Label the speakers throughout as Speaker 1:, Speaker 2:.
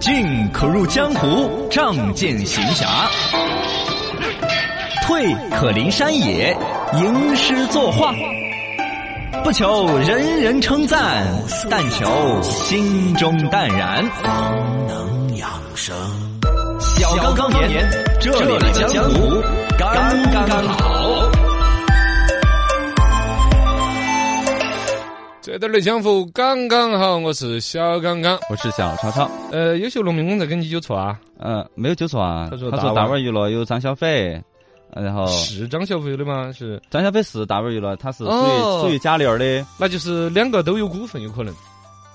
Speaker 1: 进可入江湖，仗剑行侠；退可临山野，吟诗作画。不求人人称赞，但求心中淡然。
Speaker 2: 方能养生。
Speaker 1: 小刚刚言，这里的江湖刚刚好。
Speaker 3: 这点儿的江湖刚刚好，我是小刚刚。
Speaker 4: 我是小超超，
Speaker 3: 呃，优秀农民工在跟你纠错啊，
Speaker 4: 呃，没有纠错啊。他
Speaker 3: 他说
Speaker 4: 说
Speaker 3: 大
Speaker 4: 大
Speaker 3: 腕
Speaker 4: 腕娱乐有张小斐，呃然后
Speaker 3: 是张小飞的吗？是，
Speaker 4: 张小斐是大腕娱乐，他是属
Speaker 3: 哦
Speaker 4: 于属于贾玲儿的，
Speaker 3: 那就是两个都有股份，有可能，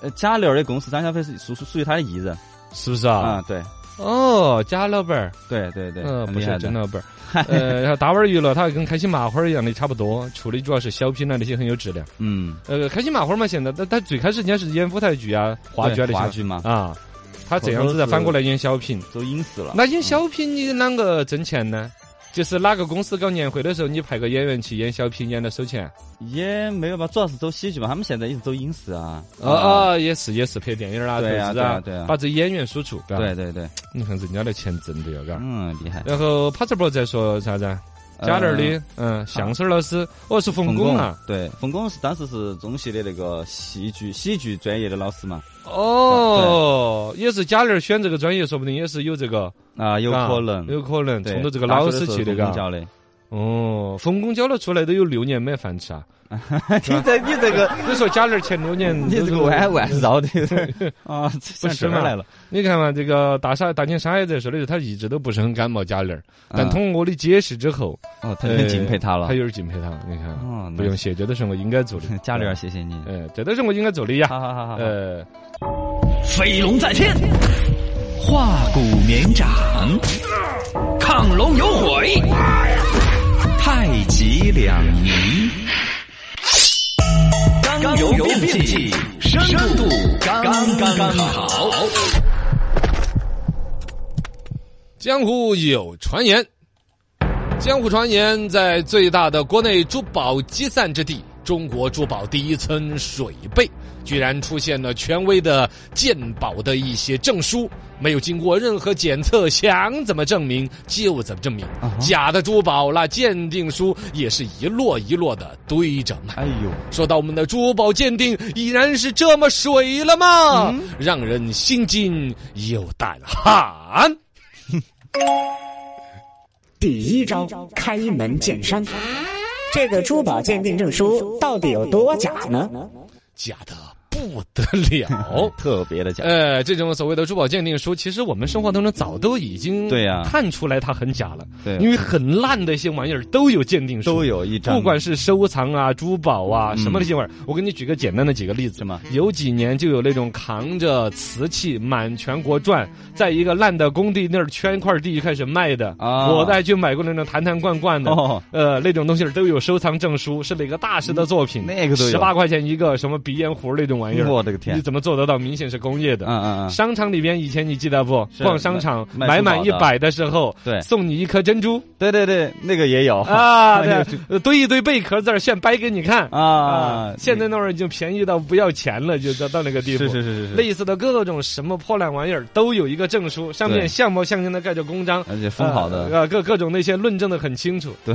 Speaker 4: 呃，贾玲儿的公司张小斐是属属属于他的艺人
Speaker 3: 是不是啊？
Speaker 4: 啊，对
Speaker 3: 哦，贾老板儿，
Speaker 4: 对对对，
Speaker 3: 嗯，
Speaker 4: 很
Speaker 3: 不
Speaker 4: 厉
Speaker 3: 是
Speaker 4: 害
Speaker 3: 真
Speaker 4: 的。
Speaker 3: 老板 儿。呃，然后大腕儿娱乐，它跟开心麻花儿一样的差不多，处理主要是小品啊那些很有质量。
Speaker 4: 嗯，
Speaker 3: 呃，开心麻花儿嘛，现在它它最开始人家是演舞台剧啊、话剧啊
Speaker 4: 对话
Speaker 3: 那些
Speaker 4: 剧嘛，
Speaker 3: 啊，它这样子再反过来演小品。
Speaker 4: 走影视了。
Speaker 3: 那演小品你啷个挣钱呢？就是哪个公司搞年会的时候，你派个演员去演小品，演了收钱。
Speaker 4: 也没有吧，主要是走喜剧嘛，他们现在一直走影视啊。
Speaker 3: 哦
Speaker 4: 啊，
Speaker 3: 哦，也是也是拍电影啊，投
Speaker 4: 对啊
Speaker 3: 资
Speaker 4: 对啊对啊
Speaker 3: 把这演员输出，嘎
Speaker 4: 对，对对，
Speaker 3: 你看人家的钱挣的哟，嘎。
Speaker 4: 嗯，厉害。
Speaker 3: 然后帕特伯在说啥子啊？贾玲儿
Speaker 4: 呃
Speaker 3: 的，嗯，相声老师，哦，是冯
Speaker 4: 冯
Speaker 3: 巩
Speaker 4: 巩
Speaker 3: 啊，，
Speaker 4: 对，冯巩是当时是中戏的那个戏剧戏剧专业的老师嘛，
Speaker 3: 哦，也是贾玲儿选这个专业，说不定也是有这个，
Speaker 4: 啊，有
Speaker 3: 嘎
Speaker 4: 可能，
Speaker 3: 有可能
Speaker 4: 对
Speaker 3: 冲着这个老师去
Speaker 4: 大学的时候冯巩
Speaker 3: 嘎。
Speaker 4: 教的。
Speaker 3: 哦，冯巩教了出来都有六年没饭吃啊！
Speaker 4: 哎你这你这 个
Speaker 3: 你说贾玲儿前六 年，
Speaker 4: 你这个弯弯绕 的有点儿啊，
Speaker 3: 不
Speaker 4: 不
Speaker 3: 是嘛
Speaker 4: 来了。
Speaker 3: 你看嘛，这个大傻大年傻孩子说的时候，他一直都不是很感冒贾玲儿，但
Speaker 4: 嗯
Speaker 3: 通过我的解释之后，
Speaker 4: 哦，他就很敬佩他了
Speaker 3: 他。有点敬佩他。你看，
Speaker 4: 哦，。
Speaker 3: 不用谢，这都是我应该做的
Speaker 4: 加点儿，谢谢你。
Speaker 3: 嗯，这都是我应该做的呀。
Speaker 4: 好好好好，
Speaker 3: 呃，
Speaker 1: 飞龙在天，化骨绵掌，亢龙有悔，太极两仪，刚柔并济，深度刚刚好。
Speaker 3: 江湖有传言，江湖传言在最大的国内珠宝集散之地。中国珠宝第一村水贝，居然出现了权威的鉴宝的一些证书，没有经过任何检测，想怎么证明就怎么证明。
Speaker 4: 啊哈
Speaker 3: 假的珠宝那鉴定书也是一摞一摞的堆着卖。
Speaker 4: 哎呦，。
Speaker 3: 说到我们的珠宝鉴定，已然是这么水了吗？让人心惊又胆寒。
Speaker 5: 第一招开门见山，这个珠宝鉴定证书到底有多假呢？
Speaker 3: 假的不得了
Speaker 4: 特别的假。
Speaker 3: 呃，这种所谓的珠宝鉴定书，其实我们生活当中早都已经
Speaker 4: 对呀
Speaker 3: 看出来它很假了，
Speaker 4: 对
Speaker 3: 因为很烂的一些玩意儿都有鉴定书，
Speaker 4: 都有一张，嗯
Speaker 3: 不管是收藏啊、珠宝啊、什么那些玩意儿，我给你举个简单的几个例子啊
Speaker 4: 什么。
Speaker 3: 有几年就有那种扛着瓷器满全国转，在一个烂的工地那儿圈块地开始卖的。
Speaker 4: 啊
Speaker 3: 我在去买过那种坛坛罐罐的。
Speaker 4: 哦
Speaker 3: 呃，那种东西儿都有收藏证书，是哪个大师的作品？
Speaker 4: 嗯那个都有
Speaker 3: 十八块钱一个，什么鼻烟壶那种玩意儿，
Speaker 4: 我的个天
Speaker 3: 你怎么做得到？明显是工业的。
Speaker 4: 嗯嗯嗯，
Speaker 3: 商场里边以前你记得不？
Speaker 4: 是
Speaker 3: 逛商场
Speaker 4: 卖
Speaker 3: 买满
Speaker 4: 卖
Speaker 3: 一
Speaker 4: 珠宝的
Speaker 3: 百的时候，
Speaker 4: 对
Speaker 3: 送你一颗珍珠。
Speaker 4: 对对对，那个也有
Speaker 3: 啊，
Speaker 4: 那个
Speaker 3: 对，呃堆一堆贝壳在那儿现掰给你看
Speaker 4: 啊
Speaker 3: 现在那会儿已经便宜到不要钱了，就到到那个地步。
Speaker 4: 是是是是是，
Speaker 3: 类似的各种什么破烂玩意儿都有一个证书，上面
Speaker 4: 对
Speaker 3: 像模像样的盖着公章，
Speaker 4: 而且封好的
Speaker 3: 呃，呃各各种那些论证的很清楚。
Speaker 4: 对，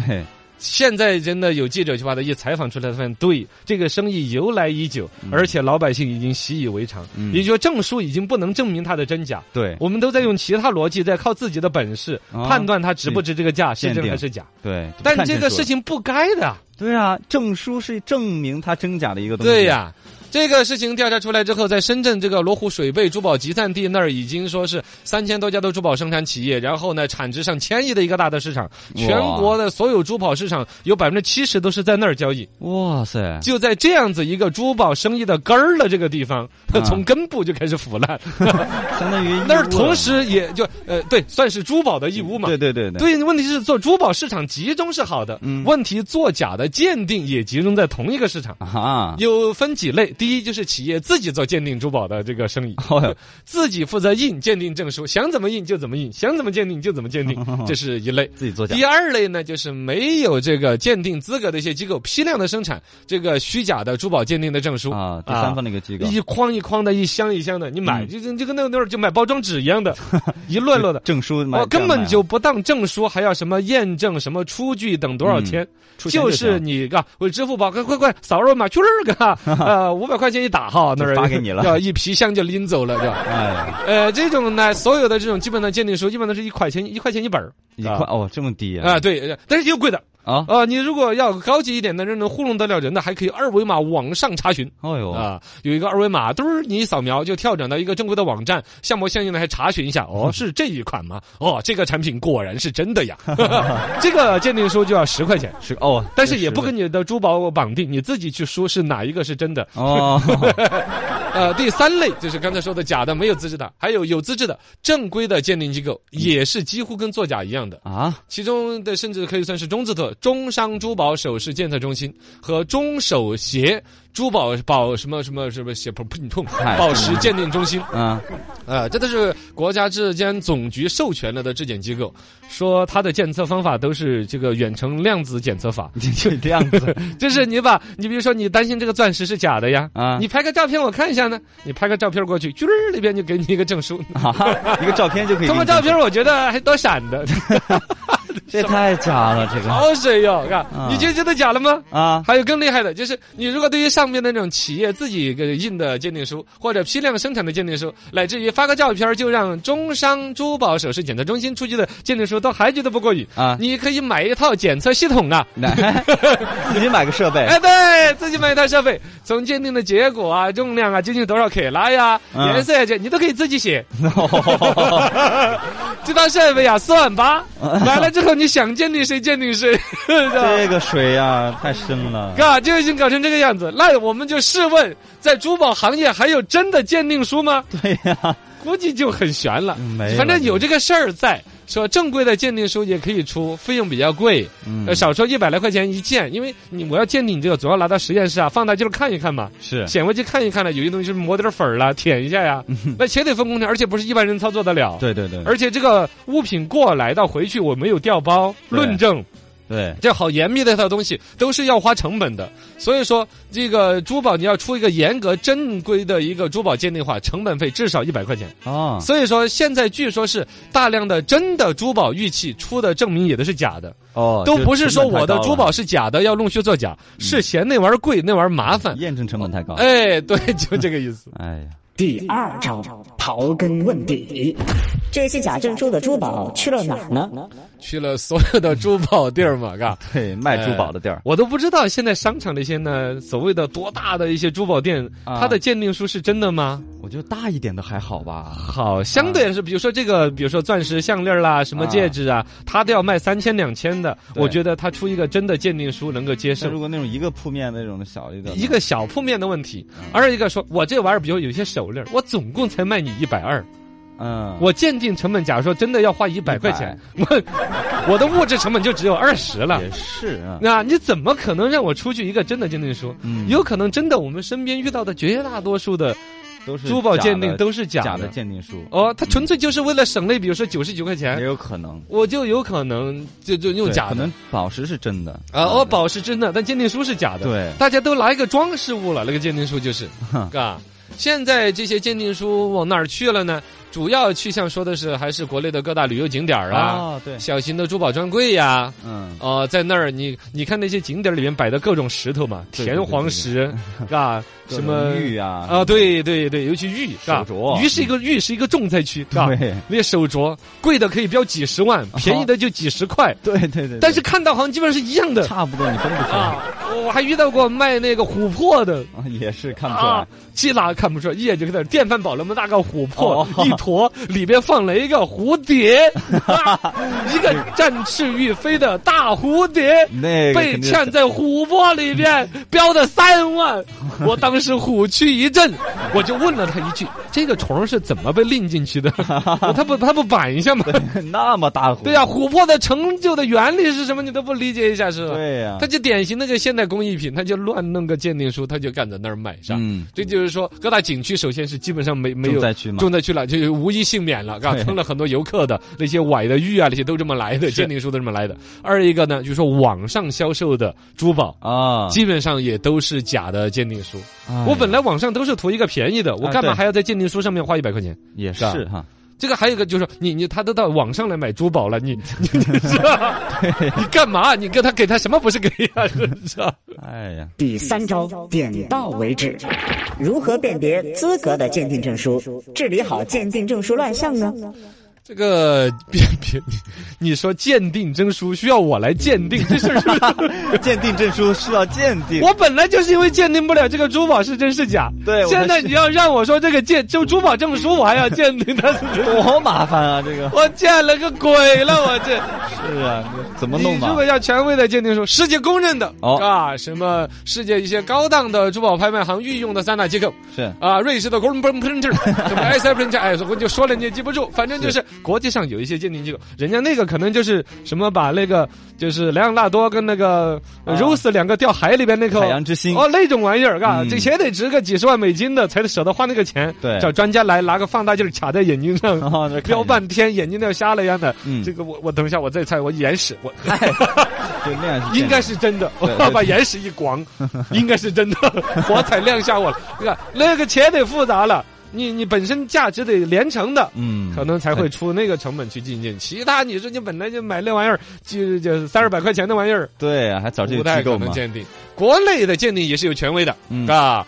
Speaker 3: 现在真的有记者去把它一采访出来，发现对这个生意由来已久，而且老百姓已经习以为常。
Speaker 4: 嗯
Speaker 3: 也就是说，证书已经不能证明它的真假，
Speaker 4: 对
Speaker 3: 我们都在用其他逻辑，在靠自己的本事
Speaker 4: 啊
Speaker 3: 判断它值不值这个价，是
Speaker 4: 鉴
Speaker 3: 真
Speaker 4: 定
Speaker 3: 还是假。
Speaker 4: 对，
Speaker 3: 但
Speaker 4: 看
Speaker 3: 这
Speaker 4: 清
Speaker 3: 个
Speaker 4: 楚
Speaker 3: 事
Speaker 4: 了
Speaker 3: 情不该的啊。
Speaker 4: 对啊，证书是证明它真假的一个东西。
Speaker 3: 对，呀、这个事情调查出来之后，在深圳这个罗湖水贝珠宝集散地那儿，已经说是三千多家的珠宝生产企业，然后呢，产值上千亿的一个大的市场，全国的所有珠宝市场有百分之七十都是在那儿交易。
Speaker 4: 哇塞，
Speaker 3: 就在这样子一个珠宝生意的根儿的这个地方，
Speaker 4: 啊
Speaker 3: 从根部就开始腐烂，
Speaker 4: 相当于义乌
Speaker 3: 那儿
Speaker 4: 了
Speaker 3: 同时也就呃对，算是珠宝的义乌嘛。
Speaker 4: 对对对对，
Speaker 3: 对，问题是做珠宝市场集中是好的，
Speaker 4: 嗯
Speaker 3: 问题做假的鉴定也集中在同一个市场。
Speaker 4: 啊，
Speaker 3: 有分几类，第一就是企业自己做鉴定珠宝的这个生意，
Speaker 4: 哦哟
Speaker 3: 自己负责印鉴定证书，想怎么印就怎么印，想怎么鉴定就怎么鉴定， 这是一类。
Speaker 4: 自己作假
Speaker 3: 第二类呢，就是没有这个鉴定资格的一些机构，批量的生产这个虚假的珠宝鉴定的证书
Speaker 4: 啊，第三方的一个机构，
Speaker 3: 一筐一筐的，一箱一箱的，你买就就就跟那个那儿就买包装纸一样的， 一摞摞的。
Speaker 4: 证书嗯 买
Speaker 3: 我根
Speaker 4: 这样
Speaker 3: 本
Speaker 4: 买
Speaker 3: 就不当证书，还要什么验证、什么出具等多少钱？
Speaker 4: 嗯出钱
Speaker 3: 就
Speaker 4: 就是行
Speaker 3: 你啊，我支付宝，快快快，扫二维码，去那个， 呃，五百块钱一打哈，那
Speaker 4: 就
Speaker 3: 儿
Speaker 4: 发给你了
Speaker 3: 要一皮箱就拎走了，对吧？
Speaker 4: 哎，
Speaker 3: 呃，这种呢，所有的这种基本的鉴定书，基本都是一块钱一块钱一本儿
Speaker 4: 一块哦这么低
Speaker 3: 啊、对，呃但是也有贵的
Speaker 4: 啊，
Speaker 3: 啊、你如果要高级一点的，这能糊弄得了人的，还可以二维码网上查询。
Speaker 4: 哦哟，
Speaker 3: 啊，有一个二维码，嘟儿你一扫描就跳转到一个正规的网站，像模像样的还查询一下，
Speaker 4: 嗯
Speaker 3: 哦，是这一款吗？哦，这个产品果然是真 的呀。 这个鉴定书就要十块钱，
Speaker 4: 是哦，
Speaker 3: 但是也不
Speaker 4: 这
Speaker 3: 跟你的珠宝绑定，你自己去说是哪一个是真的。
Speaker 4: 个哦，
Speaker 3: 呃，第三类就是刚才说的假的，没有资质的，还有有资质的正规的鉴定机构，也是几乎跟作假一样的。
Speaker 4: 啊，
Speaker 3: 其中的甚至可以算是中字头中商珠宝首饰建设中心和中首协珠宝宝什么什么什么协不碰碰
Speaker 4: 嗨
Speaker 3: 宝石鉴定中心啊、
Speaker 4: 嗯，
Speaker 3: 呃这都是国家质监总局授权了的质检机构，说它的检测方法都是这个远程量子检测法。
Speaker 4: 你就这样子，
Speaker 3: 就是你把你比如说你担心这个钻石是假的呀，
Speaker 4: 啊
Speaker 3: 你拍个照片我看一下呢，你拍个照片过去，啾儿那边就给你一个证书。
Speaker 4: 哈哈一个照片就可以，
Speaker 3: 通过照，片我觉得还多闪的，
Speaker 4: 这也太假了，这个
Speaker 3: 好水哟！看，你觉得真的假的吗？
Speaker 4: 啊，
Speaker 3: 还有更厉害的，就是你如果对于上面那种企业自己给印的鉴定书，或者批量生产的鉴定书，乃至于发个照片儿就让中商珠宝首饰检测中心出具的鉴定书，都还觉得不过瘾
Speaker 4: 啊
Speaker 3: 你可以买一套检测系统啊。
Speaker 4: 那 自己买个设备，
Speaker 3: 哎，对自己买一套设备，从鉴定的结果啊、重量啊、究竟多少克拉呀、
Speaker 4: 嗯
Speaker 3: 颜色呀，这你都可以自己写。
Speaker 4: 哦 嗯
Speaker 3: 这套设备啊，四万八，买了之后你想鉴定谁鉴定谁， 是吧？
Speaker 4: 这个水呀太深了，
Speaker 3: 哥就已经搞成这个样子，那我们就试问，在珠宝行业还有真的鉴定书吗？
Speaker 4: 对呀，
Speaker 3: 估计就很悬了
Speaker 4: 嗯没。有
Speaker 3: 反正有这个事儿在，说正规的鉴定书也可以出，费用比较贵，
Speaker 4: 嗯
Speaker 3: 呃，少说一百来块钱一件，因为你我要鉴定你这个，总要拿到实验室啊，放大镜看一看嘛，
Speaker 4: 是
Speaker 3: 显微镜看一看了，有些东西是磨点粉儿啦，舔一下呀，那且得分工程，而且不是一般人操作得了。
Speaker 4: 嗯对对对
Speaker 3: 而且这个物品过来到回去，我没有调包
Speaker 4: 对
Speaker 3: 论证，
Speaker 4: 对，
Speaker 3: 这好严密的一套东西都是要花成本的，所以说这个珠宝你要出一个严格正规的一个珠宝鉴定话，成本费至少一百块钱。
Speaker 4: 哦，
Speaker 3: 所以说现在据说是大量的真的珠宝玉器出的证明也都是假的，
Speaker 4: 哦，
Speaker 3: 都
Speaker 4: 就
Speaker 3: 不是说
Speaker 4: 成本太
Speaker 3: 我的
Speaker 4: 高
Speaker 3: 珠
Speaker 4: 了
Speaker 3: 宝是假的要弄虚作假，是嫌那玩意儿贵那玩意儿麻烦。
Speaker 4: 验证成本太高，
Speaker 3: 哎，对，就这个意思。
Speaker 4: 哎呀，
Speaker 5: 第二招，刨根问底，这些假证书的珠宝去了哪儿呢？
Speaker 3: 去了所有的珠宝地儿嘛，嘎。
Speaker 4: 对，卖珠宝的地儿，
Speaker 3: 我都不知道现在商场那些呢，所谓的多大的一些珠宝店，
Speaker 4: 啊
Speaker 3: 它的鉴定书是真的吗？
Speaker 4: 我觉得大一点的还好吧，啊
Speaker 3: 好，相对来说，比如说这个，比如说钻石项链啦，什么戒指啊，它都要卖三千两千的，
Speaker 4: 对
Speaker 3: 我觉得它出一个真的鉴定书能够接
Speaker 4: 像如
Speaker 3: 受。
Speaker 4: 果那种一个铺面那种的小一点的，嗯
Speaker 3: 一个小铺面的问题，二一个说，我这玩意儿，比如有些手链儿，我总共才卖你一百二，
Speaker 4: 嗯，
Speaker 3: 我鉴定成本，假如说真的要花一百块钱，我我的物质成本就只有二十了。
Speaker 4: 也是啊，
Speaker 3: 那你怎么可能让我出具一个真的鉴定书？
Speaker 4: 嗯
Speaker 3: 有可能真的，我们身边遇到的绝大多数的
Speaker 4: 都是
Speaker 3: 珠宝
Speaker 4: 假
Speaker 3: 鉴定
Speaker 4: 的
Speaker 3: 都是假
Speaker 4: 假的
Speaker 3: 的。
Speaker 4: 鉴定书，
Speaker 3: 哦，他纯粹就是为了省那，比如说九十九块钱
Speaker 4: 也，有可能
Speaker 3: 我就有可能就就用
Speaker 4: 对
Speaker 3: 假
Speaker 4: 可
Speaker 3: 的
Speaker 4: 能宝石是真的嗯
Speaker 3: 啊，哦，宝石真的，但鉴定书是假的。
Speaker 4: 对
Speaker 3: 大家都拿一个装饰物了，那个鉴定书 就是，啊，现在这些鉴定书往哪儿去了呢？主要去向说的是还是国内的各大旅游景点儿啊，
Speaker 4: 啊，对，
Speaker 3: 小型的珠宝专柜呀、
Speaker 4: 嗯，
Speaker 3: 哦，在那儿你你看那些景点里面摆的各种石头嘛，
Speaker 4: 对对对
Speaker 3: 田黄石， 啊，
Speaker 4: 各
Speaker 3: 什
Speaker 4: 种
Speaker 3: 么
Speaker 4: 玉啊
Speaker 3: 啊，对对对，尤其玉，是吧
Speaker 4: 手镯
Speaker 3: 玉是一个玉是一个重灾区，是吧
Speaker 4: 对
Speaker 3: 那些手镯贵的可以标几十
Speaker 4: 啊
Speaker 3: 万，便宜的就几十块，
Speaker 4: 对对对对，
Speaker 3: 但是看到好像基本上是一样的
Speaker 4: 差不多你分不出来，
Speaker 3: 啊。我还遇到过卖那个琥珀的。
Speaker 4: 啊也是看不出
Speaker 3: 啊
Speaker 4: 来，，
Speaker 3: 这哪看不出来，一眼就看到电饭煲那么大个琥珀，
Speaker 4: 哦
Speaker 3: 一坨，里边放了一个蝴蝶，啊 一个展翅欲飞的大蝴蝶，
Speaker 4: 那个
Speaker 3: 被
Speaker 4: 肯定是
Speaker 3: 嵌在琥珀里 边，标的三万。我当时虎躯一震，我就问了他一句：“这个虫是怎么被拎 进去的？他不他不板一下吗？”
Speaker 4: 那么大火，
Speaker 3: 对呀、琥珀的成就的原理是什么？你都不理解一下是吧？
Speaker 4: 对啊呀
Speaker 3: 它就典型的就现代工艺品，它就乱弄个鉴定书，它就敢在那儿卖，是吧？
Speaker 4: 嗯
Speaker 3: 这就是说，各大景区首先是基本上没没有
Speaker 4: 重灾区嘛
Speaker 3: 重灾区了，就无一幸免了，嘎，
Speaker 4: 对
Speaker 3: 坑了很多游客的那些崴的玉啊，那些都这么来的，鉴定书都这么来的。二一个呢，就是说网上销售的珠宝。
Speaker 4: 啊，
Speaker 3: 基本上也都是假的鉴定书，
Speaker 4: 哎
Speaker 3: 我本来网上都是图一个便宜的，我
Speaker 4: 啊
Speaker 3: 干嘛
Speaker 4: 对
Speaker 3: 还要在鉴定书上面花一百块钱？
Speaker 4: 也
Speaker 3: 是吧
Speaker 4: 是哈，
Speaker 3: 这个还有一个就是你你他都到网上来买珠宝 了，你你你是吧？你 干嘛？你跟他给他什么不是给呀、是不是啊？
Speaker 4: 哎 呀，
Speaker 5: 第三招，点到为止。如何辨别资格的鉴定证书，治理好鉴定证书乱象呢？
Speaker 3: 这个别别你你说鉴定证书需要我来鉴定这事儿是 不是？
Speaker 4: 鉴定证书需要鉴定，
Speaker 3: 我本来就是因为鉴定不了这个珠宝是真是假，
Speaker 4: 对我
Speaker 3: 现在
Speaker 4: 是
Speaker 3: 你要让我说这个鉴就珠宝证书，我还要鉴定它是真的，
Speaker 4: 多麻烦啊，这个
Speaker 3: 我见了个鬼了，我这。
Speaker 4: 是啊，你怎么
Speaker 3: 你
Speaker 4: 弄
Speaker 3: 如
Speaker 4: 嘛
Speaker 3: 果？要权威的鉴定书，世界公认的、
Speaker 4: 哦
Speaker 3: 啊，什么世界一些高档的珠宝拍卖行御用的三大机构
Speaker 4: 是
Speaker 3: 啊，瑞士的 g o l d b e r Printer，什 么 i s e Printer，哎，我就说了你也记不住，反正就是国际上有一些鉴定机构，人家那个可能就是什么把那个就是莱昂纳多跟那个
Speaker 4: 啊
Speaker 3: Rose 两个掉海里边那个
Speaker 4: 海洋之心
Speaker 3: 哦那种玩意儿，嘎，
Speaker 4: 嗯
Speaker 3: 这些得值个几十万美金的才舍得花那个钱，
Speaker 4: 对
Speaker 3: 找专家来拿个放大镜卡在眼 睛上，
Speaker 4: 哦那看一下
Speaker 3: 标半天眼睛都要瞎了一样的，
Speaker 4: 嗯
Speaker 3: 这个我我等一下我再猜，我眼屎我。
Speaker 4: 就那样是
Speaker 3: 应该
Speaker 4: 鉴
Speaker 3: 是真的，
Speaker 4: 对对
Speaker 3: 我把眼屎 一光，应该是真的，火彩亮瞎我了。你看那个钱得复杂了，你你本身价值得连城的。
Speaker 4: 定嗯，
Speaker 3: 可能才会出那个成本去进进，其他你说你本来就买那玩意儿，就就三二百块钱的玩意儿，
Speaker 4: 对啊，还找这
Speaker 3: 不
Speaker 4: 个
Speaker 3: 太
Speaker 4: 机
Speaker 3: 可
Speaker 4: 构
Speaker 3: 能
Speaker 4: 嘛，
Speaker 3: 鉴定。国内的鉴定也是有权威的，
Speaker 4: 嗯
Speaker 3: 啊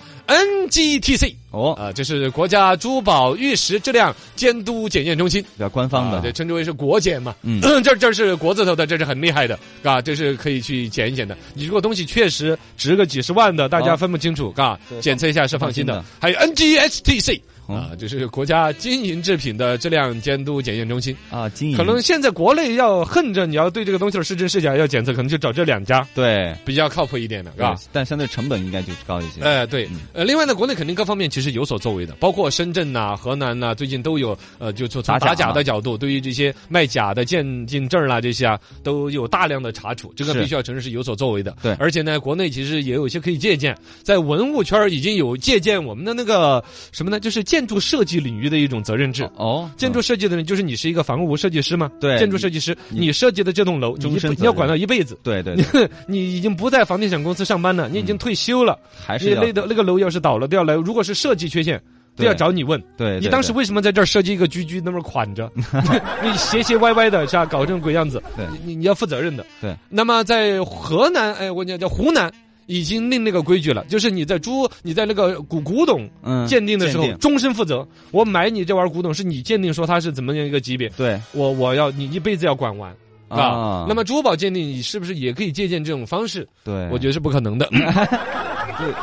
Speaker 3: ，NGTC
Speaker 4: 哦，
Speaker 3: 啊，这是国家珠宝玉石质量监督检验中心，
Speaker 4: 比较官方
Speaker 3: 啊，对，
Speaker 4: 的，
Speaker 3: 称之为是国检嘛。
Speaker 4: 嗯
Speaker 3: 这这是国字头的，这是很厉害的，啊，这是可以去检一检的。你如果东西确实值个几十万的，大家
Speaker 4: 哦
Speaker 3: 分不清楚，嘎、
Speaker 4: 对
Speaker 3: 检测一下是啊放
Speaker 4: 放
Speaker 3: 心
Speaker 4: 心
Speaker 3: 的。
Speaker 4: 的
Speaker 3: 还有 NGSTC。
Speaker 4: 嗯
Speaker 3: 啊，这是国家金银制品的质量监督检验中心。
Speaker 4: 啊，经营
Speaker 3: 可能现在国内要恨着你要对这个东西的是真是假要检测，可能就找这两家
Speaker 4: 对。
Speaker 3: 比较靠谱一点的，是吧
Speaker 4: 对？，但相对成本应该就是高一些。
Speaker 3: 哎，对，呃，另外呢，国内肯定各方面其实有所作为的，包括深圳呐、河南呐、最近都有，呃，就从
Speaker 4: 打
Speaker 3: 从
Speaker 4: 假
Speaker 3: 打假
Speaker 4: 嘛
Speaker 3: 的角度，对于这些卖假的鉴定证啦、这些啊，都有大量的查处，这个
Speaker 4: 是
Speaker 3: 必须要承认是有所作为的。
Speaker 4: 对
Speaker 3: 而且呢，国内其实也有一些可以借鉴，在文物圈儿已经有借鉴我们的那个什么呢？就是建筑设计领域的一种责任制。
Speaker 4: 哦，
Speaker 3: 建筑设计的人就是你是一个房屋设计师嘛？
Speaker 4: 对
Speaker 3: 建筑设计师，你设计的这栋楼，你一
Speaker 4: 终身
Speaker 3: 辈
Speaker 4: 责
Speaker 3: 你要
Speaker 4: 任
Speaker 3: 管到一辈子。
Speaker 4: 对对
Speaker 3: 你
Speaker 4: 对，
Speaker 3: 你已经不在房地产公司上班了，你已
Speaker 4: 嗯
Speaker 3: 经退休了。
Speaker 4: 还
Speaker 3: 你
Speaker 4: 是要
Speaker 3: 那的那个楼要是倒了，都要来。如果是设计缺陷，都
Speaker 4: 对
Speaker 3: 要找你问。
Speaker 4: 对，
Speaker 3: 你
Speaker 4: 对
Speaker 3: 当时
Speaker 4: 对
Speaker 3: 为什么在这儿设计一个居居那么 款着，你斜斜歪歪的是吧？搞这种鬼样子，
Speaker 4: 对
Speaker 3: 你你你要负责任的。
Speaker 4: 对，
Speaker 3: 那么在河南，哎，我讲叫湖南。已经另那个规矩了，就是你在珠，你在那个古古董
Speaker 4: 嗯
Speaker 3: 鉴定的时候，
Speaker 4: 鉴定
Speaker 3: 终身负责。我买你这玩意儿古董，是你鉴定说它是怎么样一个级别，
Speaker 4: 对
Speaker 3: 我我要你一辈子要管完啊
Speaker 4: 啊。
Speaker 3: 那么珠宝鉴定，你是不是也可以借鉴这种方式？
Speaker 4: 对，
Speaker 3: 我觉得是不 可能的。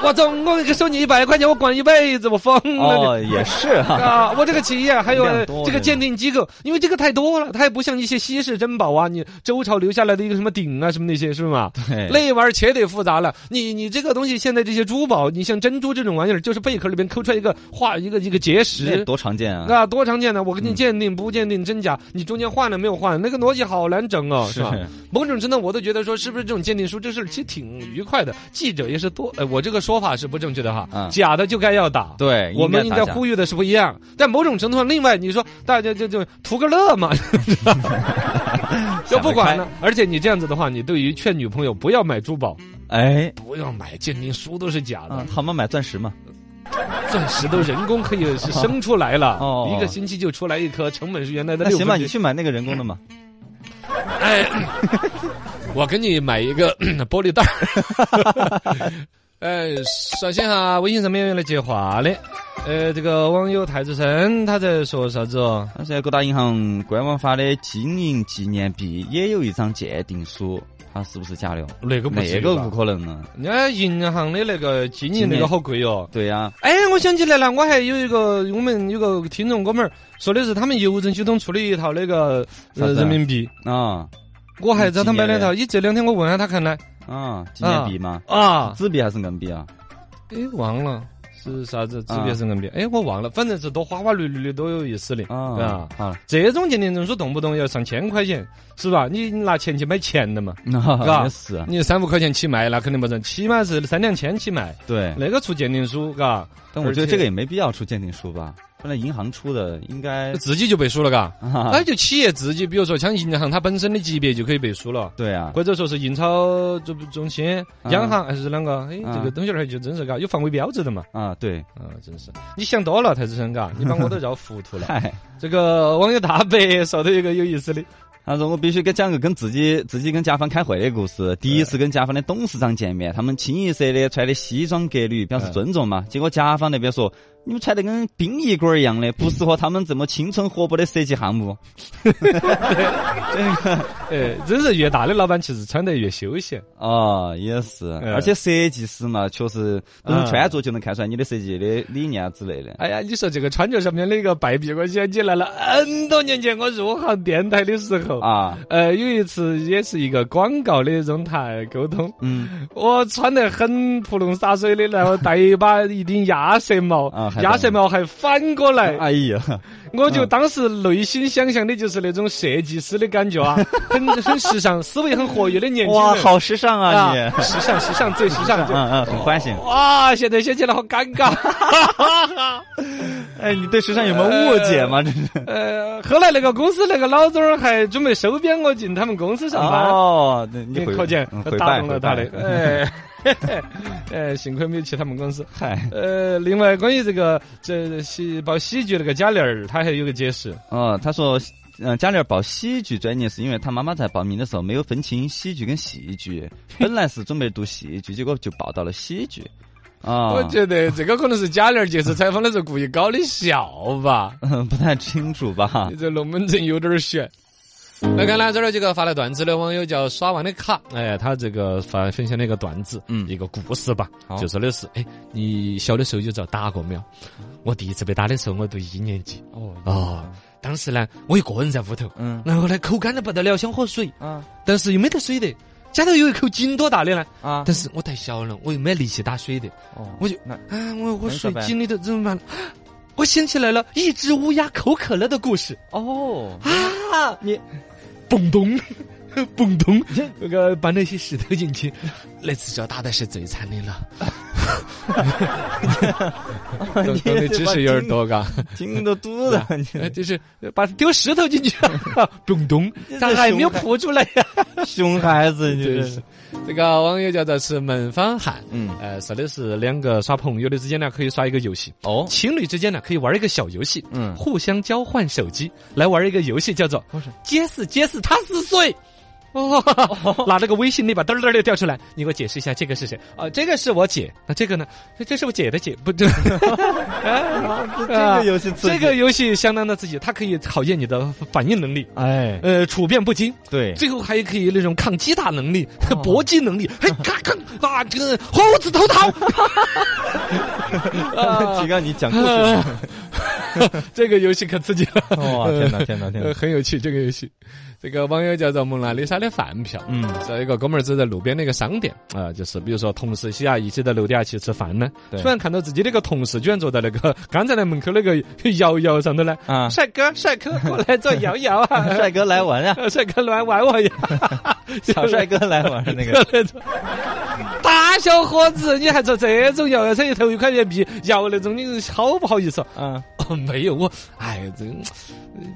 Speaker 3: 我操！我收你一百块钱，我管一辈子，我疯了
Speaker 4: 哦
Speaker 3: 你！
Speaker 4: 也是哈，
Speaker 3: 啊，我这个企业还有呃
Speaker 4: 量多
Speaker 3: 这个鉴定机构，因为这个太多了，它也不像一些稀世珍宝啊，你周朝留下来的一个什么鼎啊，什么那些是吗？
Speaker 4: 对
Speaker 3: 那玩意儿且得复杂了。你你这个东西，现在这些珠宝，你像珍珠这种玩意儿，就是贝壳里边抠出来一个画一个一个结
Speaker 4: 那
Speaker 3: 石，
Speaker 4: 多常见啊，
Speaker 3: 啊，多常见呢！我给你鉴定不鉴定真假，你中间换了没有换，那个逻辑好难整哦，是吧？某种程度，我都觉得说，是不是这种鉴定书这事儿其实挺愉快的。记者也是多，呃，我这个说法是不正确的哈，
Speaker 4: 嗯
Speaker 3: 假的就该要打。
Speaker 4: 对，
Speaker 3: 我们应该
Speaker 4: 打假
Speaker 3: 呼吁的是不一样，但某种程度上，另外你说大家就就图个乐嘛， 就不管了。而且你这样子的话，你对于劝女朋友不要买珠宝，
Speaker 4: 哎，
Speaker 3: 不要买鉴定书都是假的
Speaker 4: 嗯，，好嘛，买钻石嘛，
Speaker 3: 钻石都人工可以是生出来了，
Speaker 4: 哦
Speaker 3: 一个星期就出来一颗，成本是原来的
Speaker 4: 那
Speaker 3: 六
Speaker 4: 行吧，
Speaker 3: 分
Speaker 4: 你
Speaker 3: 之一。
Speaker 4: 去买那个人工的嘛，
Speaker 3: 哎，我给你买一个 玻璃袋儿。 呃，首先哈，微信上面有人来接话的，呃，这个网友太子生他在说啥子哦？
Speaker 4: 而且各大银行官网发的经营纪念币也有一张鉴定书，它是不是假的哦？
Speaker 3: 那个不至
Speaker 4: 那
Speaker 3: 于
Speaker 4: 个
Speaker 3: 吧
Speaker 4: 不可能啊！
Speaker 3: 人家银行的那个经营
Speaker 4: 经
Speaker 3: 那个
Speaker 4: 营
Speaker 3: 好贵哦。
Speaker 4: 对呀、
Speaker 3: 哎，我想起来了，我还有一个我们有个听众哥们儿说的是他们邮政系统出了一套那个
Speaker 4: 啥
Speaker 3: 呃
Speaker 4: 子啊
Speaker 3: 人民币，
Speaker 4: 啊，
Speaker 3: 我还找他买了一套。
Speaker 4: 嗯
Speaker 3: 你这两天我问下他看来
Speaker 4: 啊，纪念币嘛，
Speaker 3: 啊，
Speaker 4: 纸币还是硬币啊？
Speaker 3: 哎忘了是啥子纸
Speaker 4: 啊
Speaker 3: 币是硬币，哎我忘了，反正是多花花绿绿的多有意思的
Speaker 4: 啊，
Speaker 3: 啊。
Speaker 4: 好 了，
Speaker 3: 这种鉴定证书动不动要上千块钱，是吧？你你拿钱去买钱的嘛？
Speaker 4: 那啊
Speaker 3: 吧
Speaker 4: 也是，
Speaker 3: 你三五块钱起卖，那肯定不成，起码是三两千起卖。
Speaker 4: 对。
Speaker 3: 那个出鉴定书，嘎，
Speaker 4: 但我觉得
Speaker 3: 而且
Speaker 4: 这个也没必要出鉴定书吧，本来银行出的应该，
Speaker 3: 自己就背书了，嘎。哎
Speaker 4: 啊
Speaker 3: 那就企业自己，比如说像银行，它本身的级别就可以背书了。
Speaker 4: 对啊，
Speaker 3: 或者说是印钞中中心、
Speaker 4: 啊
Speaker 3: 央行还是啷个？哎，
Speaker 4: 啊
Speaker 3: 这个东西儿就真是嘎，有防伪标志的嘛？
Speaker 4: 啊对，
Speaker 3: 啊，真是你想多了，太子生嘎，你把我都绕糊涂了。
Speaker 4: 嗨，
Speaker 3: 这个网友大白说的一个有意思的，
Speaker 4: 他说我必须给讲个跟自己自己跟甲方开会的故事。第一次跟甲方的董事长见面，他们清一色的穿的西装革履，表示尊重嘛。结果甲方那边说，你们穿得跟殡仪馆一样 的，不适合他们这么青春活泼的设计项目。
Speaker 3: 哎，真是越大的老板其实穿得越休闲。
Speaker 4: 哦，也是，啊
Speaker 3: 嗯
Speaker 4: 而且设计师嘛，确实不
Speaker 3: 嗯
Speaker 4: 是穿着就能看出来你的设计的理念啊之类的。
Speaker 3: 哎呀，你说这个穿着上面那个败笔，我想起来了，很多年前我入行电台的时候。
Speaker 4: 啊，
Speaker 3: 呃，有一次也是一个广告的融台沟通，
Speaker 4: 嗯，
Speaker 3: 我穿得很扑棱洒水的，然后戴一把一顶鸭舌帽
Speaker 4: 啊，还
Speaker 3: 鸭舌帽还反过来，
Speaker 4: 哎呀，
Speaker 3: 我就当时内心想象的就是那种设计师的感觉啊，很很时尚，思维很活跃的年轻人。
Speaker 4: 哇，好时尚啊
Speaker 3: 啊
Speaker 4: 你，，
Speaker 3: 时尚时尚最时尚，就
Speaker 4: 嗯嗯，很欢喜。
Speaker 3: 哇，现在想起来好尴尬。
Speaker 4: 哎，你对时尚有没有误解吗？这是
Speaker 3: 呃，后来那个公司那个老总儿还准备收编我进他们公司上班。
Speaker 4: 哦，那你
Speaker 3: 你
Speaker 4: 回
Speaker 3: 可见
Speaker 4: 嗯
Speaker 3: 他
Speaker 4: 回
Speaker 3: 打
Speaker 4: 拜
Speaker 3: 动
Speaker 4: 回
Speaker 3: 了他
Speaker 4: 拜
Speaker 3: 的，哎，嘿嘿哎，幸亏没有去他们公司。
Speaker 4: 嗨，
Speaker 3: 呃，另外关于这个这喜报喜剧那个贾玲儿，她还有个解释。
Speaker 4: 哦，他说。嗯，家里儿报喜剧专业是因为他妈妈在报名的时候没有分清喜剧跟戏剧，本来是准备读戏剧，结果就报到了喜剧。 啊，
Speaker 3: 我觉得这个可能是贾玲儿接受采访的时候故意搞的笑吧，
Speaker 4: 嗯不太清楚吧
Speaker 3: 你？这龙门阵有点儿悬。啊来看呢，这儿有几个发来段子的网友叫耍完的卡，哎，他这个发分享了一个段子，
Speaker 4: 嗯
Speaker 3: 一个故事吧，
Speaker 4: 好
Speaker 3: 就说的是，哎，你小的时候就遭打过没有？我第一次被打的时候，我读一年级，
Speaker 4: 哦
Speaker 3: 哦，当时呢，我一个人在屋头，
Speaker 4: 嗯
Speaker 3: 然后呢，口干的不得了，想喝水，
Speaker 4: 啊
Speaker 3: 但是又没得水的，家头有一口井多大的呢，
Speaker 4: 啊
Speaker 3: 但是我太小了，我又没力气打水的，
Speaker 4: 哦
Speaker 3: 我就
Speaker 4: 那
Speaker 3: 啊，我我
Speaker 4: 那咋
Speaker 3: 水
Speaker 4: 办
Speaker 3: 井里头怎么办？我想起来了，一只乌鸦口渴了的故事
Speaker 4: 哦，
Speaker 3: 啊，
Speaker 4: 你
Speaker 3: 咚咚。 蹦咚，那个搬了一些石头进去，那次叫打的是最惨的 了。懂懂的知识有点多，嘎。
Speaker 4: 筋都堵了，
Speaker 3: 呃，
Speaker 4: 你
Speaker 3: 就是把丢石头进去， 咚 咚，咋还没有扑出来呀？
Speaker 4: 熊孩子，你
Speaker 3: 真
Speaker 4: 这
Speaker 3: 是
Speaker 4: 是。
Speaker 3: 这个网友叫做是门方汉，
Speaker 4: 嗯
Speaker 3: 呃，说的是两个耍朋友的之间呢，可以耍一个游戏，
Speaker 4: 哦
Speaker 3: 情侣之间呢可以玩一个小游戏，
Speaker 4: 嗯
Speaker 3: 互相交换手机来玩一个游戏，叫做接死接死他四岁。哦， 拿那个微信那把嘚儿嘚儿的调出来，你给我解释一下这个是谁？啊、这个是我姐，那这个呢？这这是 我姐的姐，不对。啊
Speaker 4: 这个游戏刺
Speaker 3: 这
Speaker 4: 激
Speaker 3: 个游戏相当的刺激，它可以考验你的反应能力，
Speaker 4: 哎
Speaker 3: 呃，处变不惊，
Speaker 4: 对
Speaker 3: 最后还可以那种抗击打能力、
Speaker 4: 哦
Speaker 3: 搏 击能力，嘿，咔咔，啊，这个猴子头逃，
Speaker 4: 提纲你讲故事。
Speaker 3: 这个游戏可刺激了，
Speaker 4: 哇，天哪，天哪，天
Speaker 3: 呃
Speaker 4: 哪！
Speaker 3: 很有趣这个游戏。这个网友叫做蒙娜丽莎的饭票，
Speaker 4: 嗯
Speaker 3: 说一个哥们儿子在路边那个商店啊、就是比如说同事些啊一起在楼底下去吃饭呢，
Speaker 4: 对
Speaker 3: 突然看到自己那个同事居然坐在那个 刚才那门口那个 摇摇上头呢，
Speaker 4: 啊
Speaker 3: 帅哥帅哥过来坐摇摇 啊，
Speaker 4: 帅哥来玩啊，
Speaker 3: 帅哥来玩我呀，
Speaker 4: 小帅哥来玩啊那个
Speaker 3: 那种。大小伙子，你还坐这种摇摇车一头一块钱币摇那种，你好不好意思哦？
Speaker 4: 啊，
Speaker 3: 哦没有我，哎，这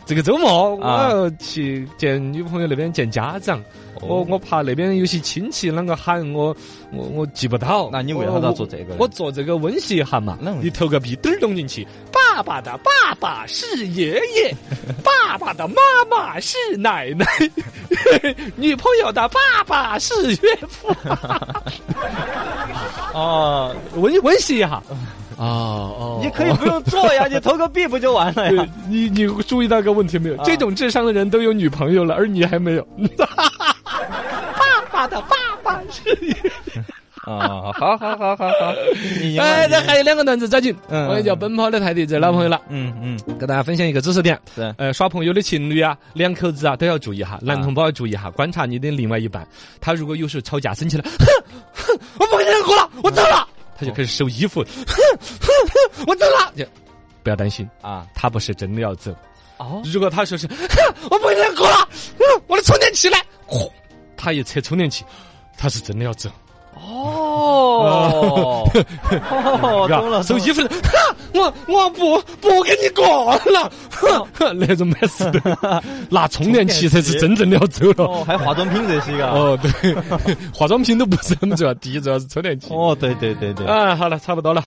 Speaker 3: 这个周末我
Speaker 4: 啊哦
Speaker 3: 要去见女朋友那边见家长，我我怕那边有些亲戚啷个喊我，我我记不到。
Speaker 4: 那你为啥
Speaker 3: 我
Speaker 4: 要做这个呢
Speaker 3: 我做这个温习一下嘛
Speaker 4: 那，我
Speaker 3: 你投个屁墩儿弄进去。爸爸的爸爸是爷爷， 爸爸的妈妈是奶奶， 女朋友的爸爸是岳父。
Speaker 4: 哦，
Speaker 3: 温温习 一下。哦哦
Speaker 4: 你可以不用做呀，你投个币不就完了
Speaker 3: 对
Speaker 4: 呀？
Speaker 3: 你你注意到一个问题没有？这种智商的人都有女朋友了，而你还没有。爸
Speaker 4: 爸的爸爸是你。啊，好好好好好，你赢了
Speaker 3: 哎，这
Speaker 4: 你赢了
Speaker 3: 还有两个段子，抓紧，
Speaker 4: 嗯
Speaker 3: 我也叫奔跑的泰迪，这老朋友了。
Speaker 4: 嗯嗯，
Speaker 3: 给大家分享一个知识点，
Speaker 4: 是
Speaker 3: 呃，耍朋友的情侣啊，两口子啊都要注意哈，男同胞要注意哈，观察你的另外一半，他如果有时候吵架生气了，哼哼，我不跟你过了，我走了，他就开始收衣服，哼哼哼，我走了，就不要担心，
Speaker 4: 啊，
Speaker 3: 他不是真的要走，
Speaker 4: 哦，
Speaker 3: 如果他说是，哼，我不跟你过了，哼我的充电器呢？哐他一扯充电器，他是真的要走，
Speaker 4: 哦，哦，懂了，手
Speaker 3: 收衣
Speaker 4: 机
Speaker 3: 服了，哼我我不不跟你过了，哼哼 那种没事的，拿充电器才是真正的要走了。
Speaker 4: 哦，还有化妆品这些啊个，
Speaker 3: 哦， 对，化妆品都不是很重要，第一重要是充电器。
Speaker 4: 哦，对对对对。
Speaker 3: 啊，好了，差不多了。